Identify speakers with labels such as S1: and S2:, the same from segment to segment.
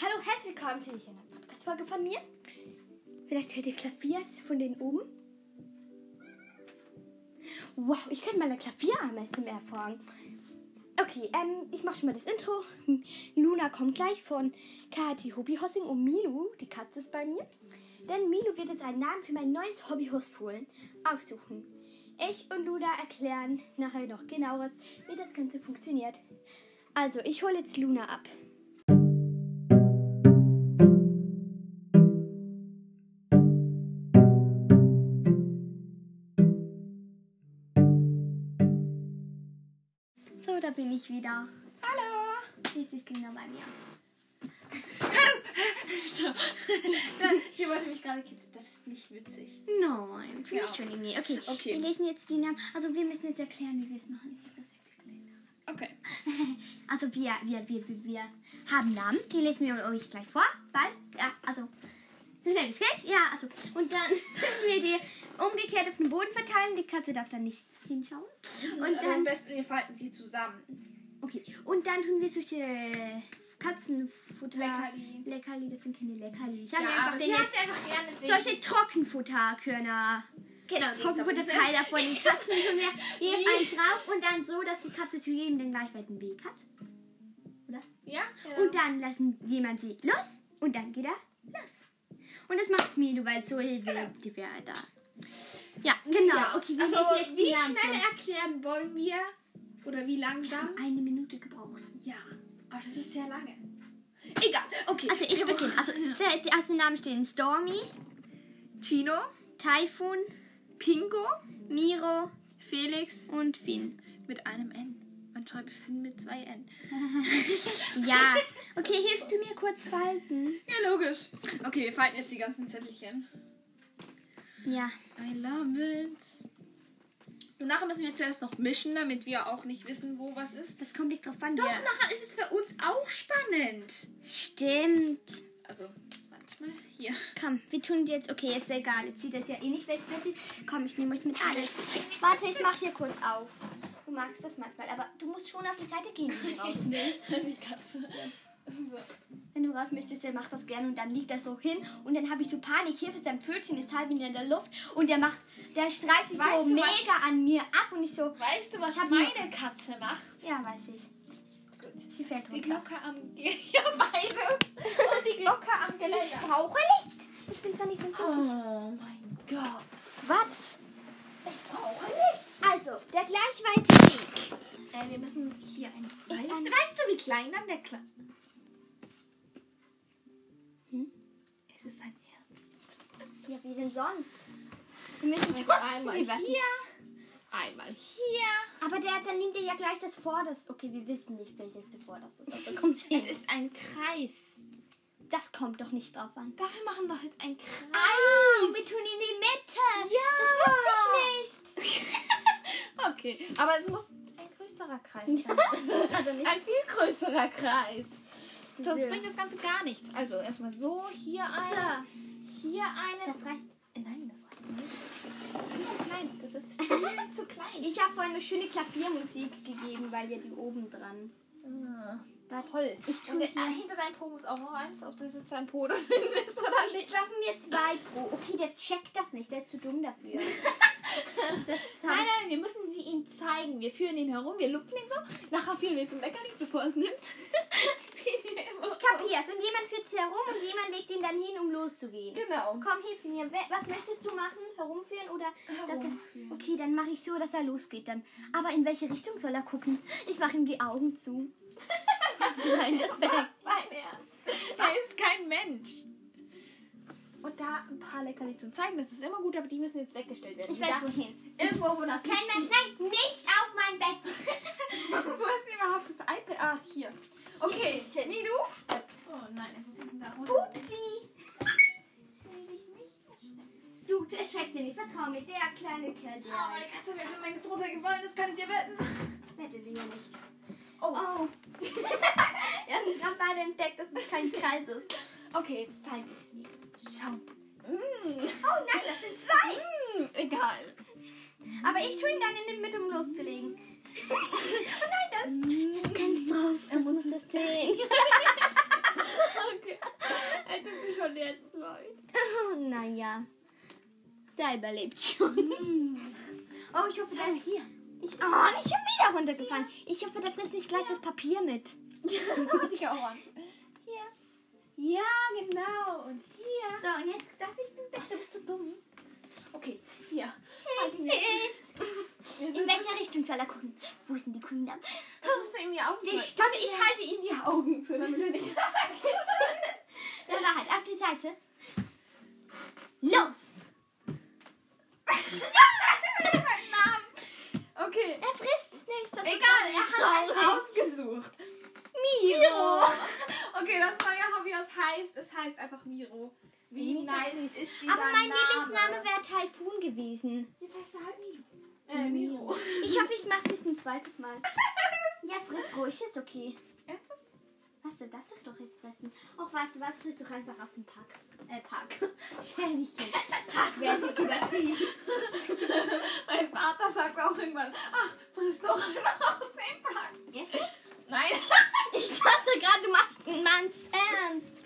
S1: Hallo, herzlich willkommen zu dieser neuen Podcast-Folge von mir. Vielleicht hört ihr Klavier von den oben. Wow, ich könnte meine Klavierarme ein bisschen erfahren. Okay, ähm, ich mache schon mal das Intro. Hm, Luna kommt gleich von Kati Hobbyhossing und Milu, die Katze ist bei mir. Denn Milu wird jetzt einen Namen für mein neues Hobbyhossfohlen aufsuchen. Ich und Luna erklären nachher noch genaueres, wie das Ganze funktioniert. Also, ich hole jetzt Luna ab. So, da bin ich wieder.
S2: Hallo!
S1: Jetzt ist Luna bei mir.
S2: So. Nein, Sie wollte mich gerade kitzeln. Das ist nicht witzig.
S1: Nein, finde
S2: Ja.
S1: ich schon irgendwie. Okay,
S2: Okay.
S1: wir lesen jetzt die Namen. Also wir müssen jetzt erklären, wie wir es machen. Ich habe das erklärt.
S2: Okay.
S1: Also wir, wir, wir, wir, wir haben Namen. Die lesen wir euch gleich vor. Bald. Ja, also so schnell wie es geht. Ja, also und dann müssen wir die umgekehrt auf den Boden verteilen. Die Katze darf da nicht hinschauen. Und
S2: Aber am
S1: dann,
S2: besten, wir falten sie zusammen.
S1: okay. Und dann tun wir solche Katzenfutter.
S2: Leckerli.
S1: Leckerli, das sind keine Leckerli.
S2: Ja,
S1: Sagen wir einfach
S2: aber
S1: den
S2: sie hat
S1: jetzt.
S2: sie einfach gern, deswegen.
S1: Solche Trockenfutterkörner.
S2: Genau, die
S1: Gucken wir das
S2: ist
S1: Teil davon in die Katze und wir jeden einen drauf und dann so, dass die Katze zu jedem den gleich weiten Weg hat.
S2: Ja? Genau.
S1: Und dann lassen jemand sie los und dann geht er los. Und das macht Milo, weil so
S2: Genau.
S1: die wäre da. Ja, genau.
S2: ja.
S1: Okay, wir
S2: also,
S1: müssen jetzt
S2: wie
S1: die Namen
S2: schnell
S1: finden.
S2: erklären wollen wir? Oder wie
S1: Wir
S2: langsam?
S1: haben eine Minute gebraucht.
S2: Ja. Aber das ist sehr lange. Egal. Okay.
S1: Also ich
S2: Wir
S1: beginne. Also der, der erste Name stehen Stormy,
S2: brauchen Chino,
S1: Typhoon,
S2: Pingo,
S1: Miro
S2: Felix
S1: und Finn.
S2: mit einem N. Man schreibt Finn mit zwei N.
S1: Ja. Okay, hilfst du mir kurz falten?
S2: Ja, logisch. Okay, wir falten jetzt die ganzen Zettelchen.
S1: Ja.
S2: I love it. Und nachher müssen wir zuerst noch mischen, damit wir auch nicht wissen, wo was ist.
S1: Das kommt nicht drauf an.
S2: Doch,
S1: ja.
S2: nachher ist es für uns auch spannend.
S1: Stimmt.
S2: Also, manchmal hier.
S1: Komm, wir tun die jetzt. Okay, ist egal. Jetzt sieht das ja eh nicht, welches passiert. Komm, ich nehme euch mit alles. Warte, ich mache hier kurz auf. Du magst das manchmal, aber du musst schon auf die Seite gehen, wenn du raus willst.
S2: Die Katze. So.
S1: Wenn du raus möchtest, der macht das gerne und dann liegt das so hin und dann habe ich so Panik. Hier ist sein Pfötchen, ist halb in der Luft und der macht, der streift sich so
S2: Weißt du,
S1: mega
S2: was-
S1: an mir ab und ich so,
S2: Weißt du, was
S1: Ich hab
S2: meine Katze macht?
S1: ja, weiß ich.
S2: Gut.
S1: Sie fällt
S2: Die
S1: runter.
S2: Glocke am Ge- Ja, meine. Und die Glocke am
S1: Ich
S2: Geländer. Oh
S1: brauche Licht. Ich bin zwar nicht so glücklich.
S2: mein Gott.
S1: Was?
S2: Ich brauche nicht.
S1: Also, der gleich weite Weg.
S2: Äh, wir müssen hier ein. Weißt,
S1: ein-
S2: weißt du, wie klein dann der Kla
S1: Hm?
S2: Es ist ein Ernst.
S1: Ja, wie denn sonst? Wir müssen
S2: Also
S1: schon-
S2: einmal
S1: die Waffen-
S2: hier, einmal hier.
S1: Aber der, dann nimmt er ja gleich das Vorderste. Okay, wir wissen nicht, welches du vorderst. Also kommt
S2: Es
S1: hin.
S2: ist ein Kreis.
S1: Das kommt doch nicht drauf an.
S2: Doch, wir machen doch jetzt einen Kreis.
S1: Ah, Ei, wir tun in die Mitte. Das wusste ich
S2: Ah, okay, aber es muss ein größerer Kreis sein.
S1: nicht. Also nicht.
S2: Ein viel größerer Kreis. Sonst
S1: So.
S2: bringt das Ganze gar nichts. Also erstmal so, hier einen, hier einen.
S1: Das reicht.
S2: Äh, Nein, das reicht nicht. Viel zu klein. Das ist viel zu klein.
S1: Ich habe vorhin eine schöne Klaviermusik gegeben, weil ihr die oben dran.
S2: Ah, Toll.
S1: Ich
S2: Und,
S1: tue
S2: äh,
S1: hier.
S2: hinter deinem Po muss auch noch eins, ob das jetzt dein Po drin ist oder
S1: Ich
S2: nicht.
S1: glaube mir zwei pro. Okay, der checkt das nicht. Der ist zu dumm dafür. Das hab
S2: Nein, nein, wir müssen sie ihm zeigen. Wir führen ihn herum, wir lupfen ihn so. Nachher führen wir ihn zum Leckerli, bevor er es nimmt.
S1: ich kapier's. Und jemand führt's herum und jemand legt ihn dann hin, um loszugehen.
S2: Genau.
S1: Komm, hilf mir. We- Was möchtest du machen? Herumführen oder dass
S2: Herumführen.
S1: er, Okay, dann mache ich so, dass er losgeht dann. Aber in welche Richtung soll er gucken? Ich mache ihm die Augen zu. Nein, das wäre
S2: Nein, er, er ist kein Mensch. Und da ein paar Leckerli zum zeigen, das ist immer gut, aber die müssen jetzt weggestellt werden.
S1: Ich weiß
S2: nicht.
S1: wohin.
S2: Irgendwo, wo das
S1: Kein
S2: nicht
S1: Mensch, nein, nicht auf mein Bett.
S2: Wo ist überhaupt das iPad? Ah, hier. Okay,
S1: Hier.
S2: Milu. Oh nein, jetzt muss ich ihn da runter.
S1: Pupsi.
S2: will ich nicht erschrecken.
S1: Du du erschreckst dir nicht. Vertrau mir, der kleine Kerl.
S2: Oh, meine Katze wäre schon längst runtergefallen, das kann ich dir wetten.
S1: Wette lieber nicht.
S2: Oh.
S1: Oh. Wir haben gerade beide entdeckt, dass es kein Kreis ist.
S2: Okay, jetzt zeige ich es mir. Schau.
S1: Oh nein, das sind zwei.
S2: Mm, egal.
S1: Aber ich tue ihn dann in den Mitte, um loszulegen. oh nein, das.
S2: Mm.
S1: Ganz drauf,
S2: Er muss
S1: das sehen.
S2: Okay. man jetzt, Leute?
S1: naja, der überlebt schon.
S2: Oh, ich hoffe,
S1: Schau mal
S2: das hier.
S1: Ich, oh, Mann, ich bin wieder runtergefallen. Ich hoffe, der frisst nicht gleich das Papier mit.
S2: Hatte ich auch Angst. Hier. Ja, genau. Und hier.
S1: So, und jetzt darf ich mich
S2: Ach, du bist so dumm. Okay, hier. Halt ihn jetzt.
S1: bitte. In welcher Richtung soll er gucken? Wo ist denn die Kundam?
S2: Das musst du ihm die Augen
S1: Die
S2: zu.
S1: Stunde-
S2: Warte, ich halte ihm die Augen zu, damit er nicht.
S1: Dann war halt auf die Seite. Los!
S2: Mein Namen. Okay.
S1: Er frisst es nicht. Das ist
S2: Egal,
S1: doch
S2: er hat
S1: nicht
S2: einen
S1: traurig.
S2: ausgesucht.
S1: Miro.
S2: Okay, das neue Hobby, das heißt, es heißt einfach Miro. Wie
S1: Miro.
S2: nice ist dieser
S1: Aber mein
S2: Name?
S1: Lieblingsname wäre Taifun gewesen.
S2: Jetzt heißt er halt Miro. Äh, Miro.
S1: Ich hoffe, ich mache es ein zweites Mal. Ja, friss ruhig, ist okay.
S2: Ernsthaft?
S1: Was, der darf das doch jetzt fressen. Auch weißt du was, friss doch einfach aus dem Park. Äh, Park. Schälchen. Park wäre jetzt übertrieben.
S2: mein Vater sagt auch irgendwann, ach, friss doch einfach aus dem Park.
S1: Jetzt geht's.
S2: Nein.
S1: Ich dachte gerade, du machst meinst ernst.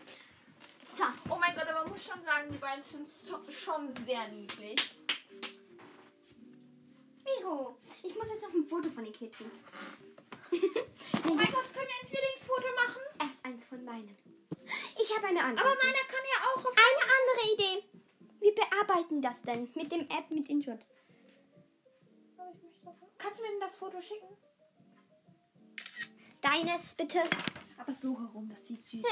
S1: So,
S2: Oh mein Gott, aber man muss schon sagen, die beiden sind so, schon sehr niedlich.
S1: Miro, ich muss jetzt noch ein Foto von dir knipsen.
S2: Oh mein Gott, können wir ein Zwillingsfoto machen?
S1: Erst eins von meinem. Ich habe eine andere.
S2: Aber meiner kann ja auch auf.
S1: Eine andere Idee. Wir bearbeiten das denn mit dem App mit InShot.
S2: Kannst du mir denn das Foto schicken?
S1: Deines bitte. Äh,
S2: Aber so herum, das sieht süß.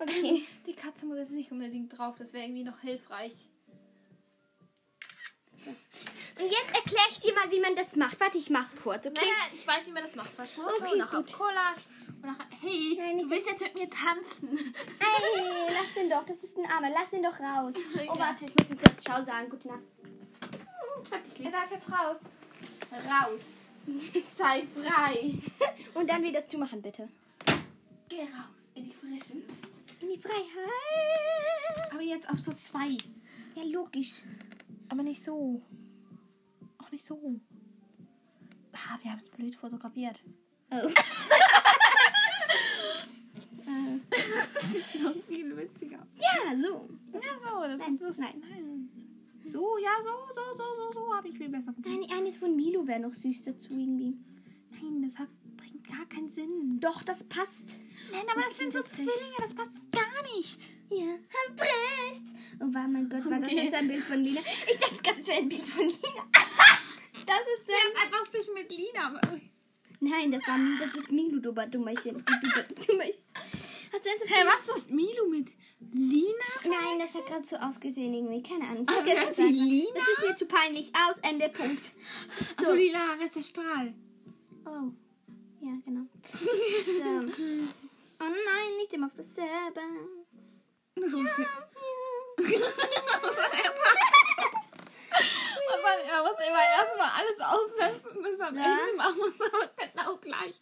S1: Okay.
S2: Die Katze muss jetzt nicht unbedingt drauf, das wäre irgendwie noch hilfreich.
S1: Und jetzt erkläre ich dir mal, wie man das macht. Warte, ich mach's kurz, okay?
S2: Naja, ich weiß, wie man das macht. Bei Foto,
S1: Okay,
S2: nachher auf
S1: gut.
S2: Collage und nachher, hey,
S1: Nein,
S2: du
S1: ich-
S2: willst jetzt mit mir tanzen.
S1: Ey, lass ihn doch, das ist ein Armer. Lass ihn doch raus.
S2: Ja.
S1: Oh, warte, ich muss ihm kurz Ciao sagen. Gute Nacht. Hab dich
S2: Er
S1: lieb.
S2: darf jetzt raus. Raus. Sei frei.
S1: Und dann wieder zumachen, bitte.
S2: Geh raus in die frische Luft.
S1: In die Freiheit.
S2: Aber jetzt auf so zwei.
S1: Ja, logisch.
S2: Aber nicht so. Auch nicht so. Ah, wir haben es blöd fotografiert.
S1: Oh.
S2: Noch viel witziger.
S1: Ja, so.
S2: Ja, so, das
S1: Nein,
S2: ist lustig.
S1: nein.
S2: Nein. So, ja, so, so, so, so, so habe ich viel besser.
S1: Nein, eines von Milo wäre noch süß dazu irgendwie.
S2: Nein, das hat, bringt gar keinen Sinn.
S1: Doch, das passt.
S2: Nein, aber das sind so Zwillinge, das passt gar nicht.
S1: Ja, hast recht. Oh, wow, mein Gott, war das
S2: Okay.
S1: jetzt ein Bild von Lina? Ich dachte gerade, es wäre ein Bild von Lina. Das ist ähm,
S2: Einfach sich mit Lina.
S1: Nein, das, war, das ist Milo, dummer Dummerchen. Dummer- Dummerchen. Hast du eins
S2: Hä, was, du hast Milu mit Lina?
S1: Nein, das hat gerade so ausgesehen irgendwie. Keine Ahnung.
S2: Ah,
S1: Vergiss
S2: hört
S1: es
S2: sie
S1: einfach.
S2: Lina?
S1: Das ist mir zu peinlich. Aus, Ende, Punkt.
S2: So, so lila Haare ist der Strahl.
S1: Oh. Ja, genau. So. Hm. Oh nein, nicht immer auf dasselbe.
S2: Das muss ja.
S1: Ja.
S2: muss man erstmal und dann, er muss immer erstmal alles aussetzen bis am
S1: So.
S2: Ende machen wir es aber genau gleich.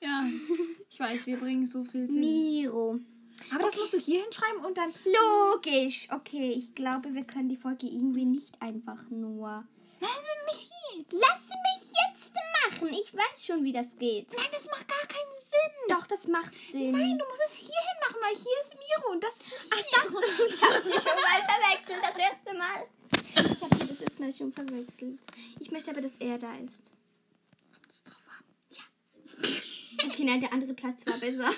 S2: Ja, ich weiß, wir bringen so viel Sinn.
S1: Miro.
S2: Aber das musst du hier hinschreiben und dann.
S1: Logisch. Okay, ich glaube, wir können die Folge irgendwie nicht einfach nur.
S2: Nein, nicht hier.
S1: Lass mich jetzt machen. Ich weiß schon, wie das geht.
S2: Nein, das macht gar keinen Sinn.
S1: Doch, das macht Sinn.
S2: Nein, du musst es hier hin machen, weil hier ist Miro und das ist nicht Miro.
S1: Ich habe sie schon mal verwechselt, das erste Mal. Ich habe sie das erste Mal schon verwechselt. Ich möchte aber, dass er da ist.
S2: Kommt's drauf an.
S1: Okay, nein, der andere Platz war besser.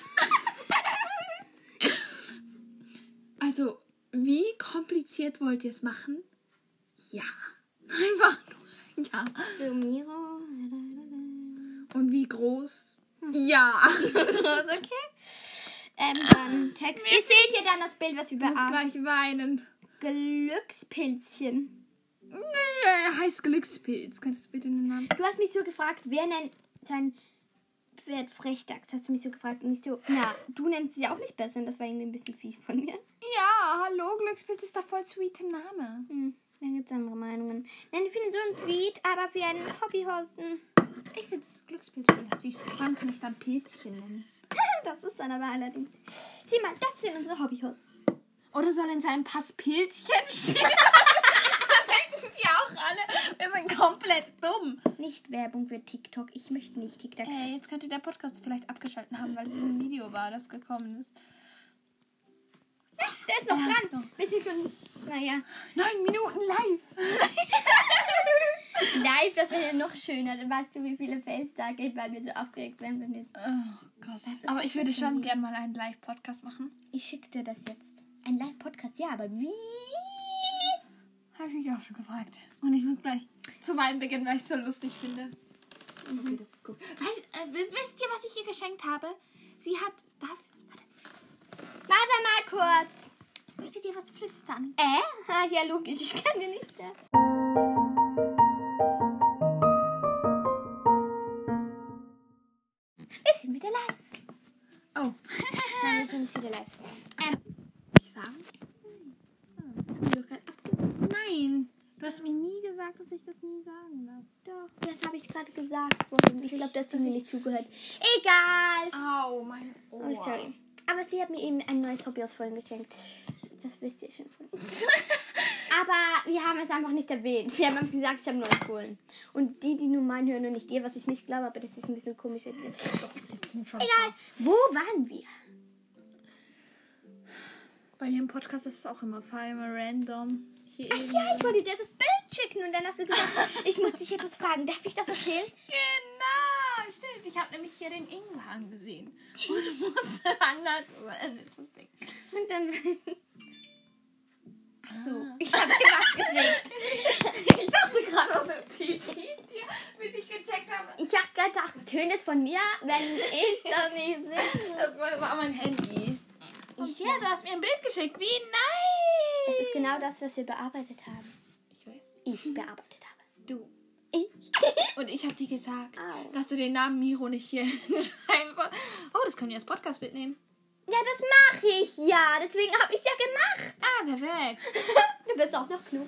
S2: Also, wie kompliziert wollt ihr es machen? Ja. Einfach nur ja.
S1: So, Miro.
S2: Und wie groß? Ja.
S1: Groß, okay. Ähm,
S2: Ah,
S1: dann Text. Ihr seht ja dann das Bild, was wir
S2: Ich muss
S1: bearbeiten.
S2: gleich weinen.
S1: Glückspilzchen.
S2: Er heißt Glückspilz. Könntest du bitte den Namen?
S1: Du hast mich so gefragt, wer nennt sein Pferd Frechdachs? Hast du mich so gefragt und nicht so. Na, du nennst sie auch nicht besser und das war irgendwie ein bisschen fies von mir.
S2: Ja, hallo, Glückspilz ist doch voll sweet Name.
S1: Hm, dann gibt's andere Meinungen. Nein, ich finde so ein Sweet, aber für einen Hobbyhosten.
S2: Ich finde Glückspilz finde ich süß. Vor allem kann ich dann Pilzchen nennen.
S1: Das ist dann aber allerdings. Sieh mal, das sind unsere Hobbyhosts.
S2: Oder soll in seinem Pass Pilzchen stehen? Denken die auch alle. Wir sind komplett dumm.
S1: Nicht Werbung für TikTok. Ich möchte nicht TikTok.
S2: Äh, jetzt könnte der Podcast vielleicht abgeschalten haben, weil es ein Video war, das gekommen ist.
S1: Das sind noch
S2: Ja,
S1: dran.
S2: äh, doch.
S1: Wir sind schon, naja,
S2: Neun Minuten live.
S1: live, das wäre ja noch schöner. Dann weißt du, wie viele Fails da geht, weil wir so aufgeregt sind. Wenn wir
S2: Oh Gott.
S1: ist
S2: Aber ich würde
S1: so
S2: schon
S1: lieb.
S2: gern mal einen Live-Podcast machen.
S1: ich schicke dir das jetzt. Ein Live-Podcast, ja, aber wie?
S2: Habe ich mich auch schon gefragt. Und ich muss gleich zu weinen beginnen, weil ich es so lustig finde. Okay, das ist gut. Weißt, äh, wisst ihr, was ich ihr geschenkt habe? Sie hat. Darf, warte,
S1: Warte mal kurz.
S2: möchtet ihr was flüstern?
S1: Äh? Ah, ja, logisch, ich kann dir nicht äh. sagen. Wir sind wieder live.
S2: Oh.
S1: Nein, wir sind nicht wieder live. Ähm, Hm.
S2: Ich sagen? Nein. Du hast mir nie gesagt, dass ich das nie sagen darf.
S1: doch, das habe ich gerade gesagt vorhin. Ich glaube, dass sie mir nicht zugehört. Egal.
S2: Au, mein Ohr.
S1: Oh, sorry. Aber sie hat mir eben ein neues Hobby aus vorhin geschenkt. Das wisst ihr schon von. Aber wir haben es einfach nicht erwähnt. Wir haben einfach gesagt, ich habe nur empfohlen. Und die, die nur meinen, hören nur nicht ihr, was ich nicht glaube, aber das ist ein bisschen komisch. wenn sie-
S2: Doch, das gibt's nun schon.
S1: Egal, wo waren wir?
S2: Bei mir im Podcast ist es auch immer vor allem random. Hier eben.
S1: Ja, ich wollte dir das Bild schicken und dann hast du gesagt, ich muss dich etwas fragen. Darf ich das erzählen?
S2: Genau, stimmt. Ich habe nämlich hier den Ingwer angesehen. Und musste anders über etwas denken.
S1: Und dann. Ach so, ich habe dir was geschickt.
S2: Ich dachte gerade, was erzählt dir, bis ich gecheckt habe.
S1: Ich habe gedacht, tönt es von mir, wenn ich das nicht sehe.
S2: Das war, war mein Handy. Und
S1: Ich
S2: hier, du hast mir ein Bild geschickt. Wie nice.
S1: Das ist genau das, was wir bearbeitet haben.
S2: Ich weiß.
S1: Ich bearbeitet habe.
S2: Du.
S1: Ich.
S2: Und ich habe dir gesagt,
S1: Au.
S2: dass du den Namen Miro nicht hier hinschreiben sollst. Oh, das können wir als Podcast-Bild nehmen.
S1: Ja, das mache ich ja. Deswegen habe ich es ja gemacht.
S2: Ah, perfekt.
S1: Du bist auch noch klug.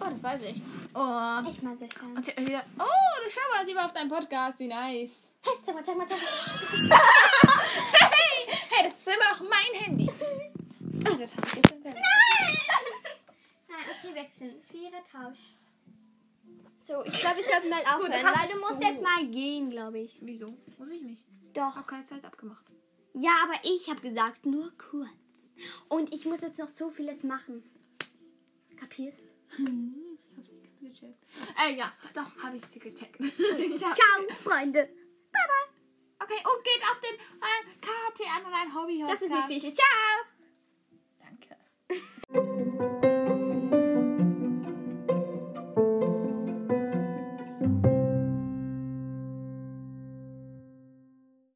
S2: Oh, das weiß ich. Oh.
S1: Ich meine, so stark.
S2: Und sie hat wieder. Oh, du schau mal, sie war auf deinem Podcast. Wie nice.
S1: Hey, zeig mal, zeig mal, zeig mal.
S2: Hey, hey, das ist immer auch mein Handy. Ah, das hab ich jetzt entdeckt.
S1: Nein, okay, wechseln. Vierer Tausch. So, ich glaube, ich sollte mal aufhören,
S2: dann
S1: weil
S2: kannst
S1: du
S2: du
S1: musst
S2: so.
S1: jetzt mal gehen, glaube ich.
S2: Wieso? Muss ich nicht. Ich
S1: Doch.
S2: hab keine Zeit abgemacht.
S1: Ja, aber ich habe gesagt, nur kurz. Und ich muss jetzt noch so vieles machen. Kapierst?
S2: Ich hab's nicht ganz gecheckt. Äh, ja, doch, hab ich dir gecheckt. Ich hab-
S1: Ciao, Freunde. Bye, bye.
S2: Okay, und geht auf den äh, KT an und ein Hobby
S1: Das ist die
S2: Podcast.
S1: Fische. Ciao.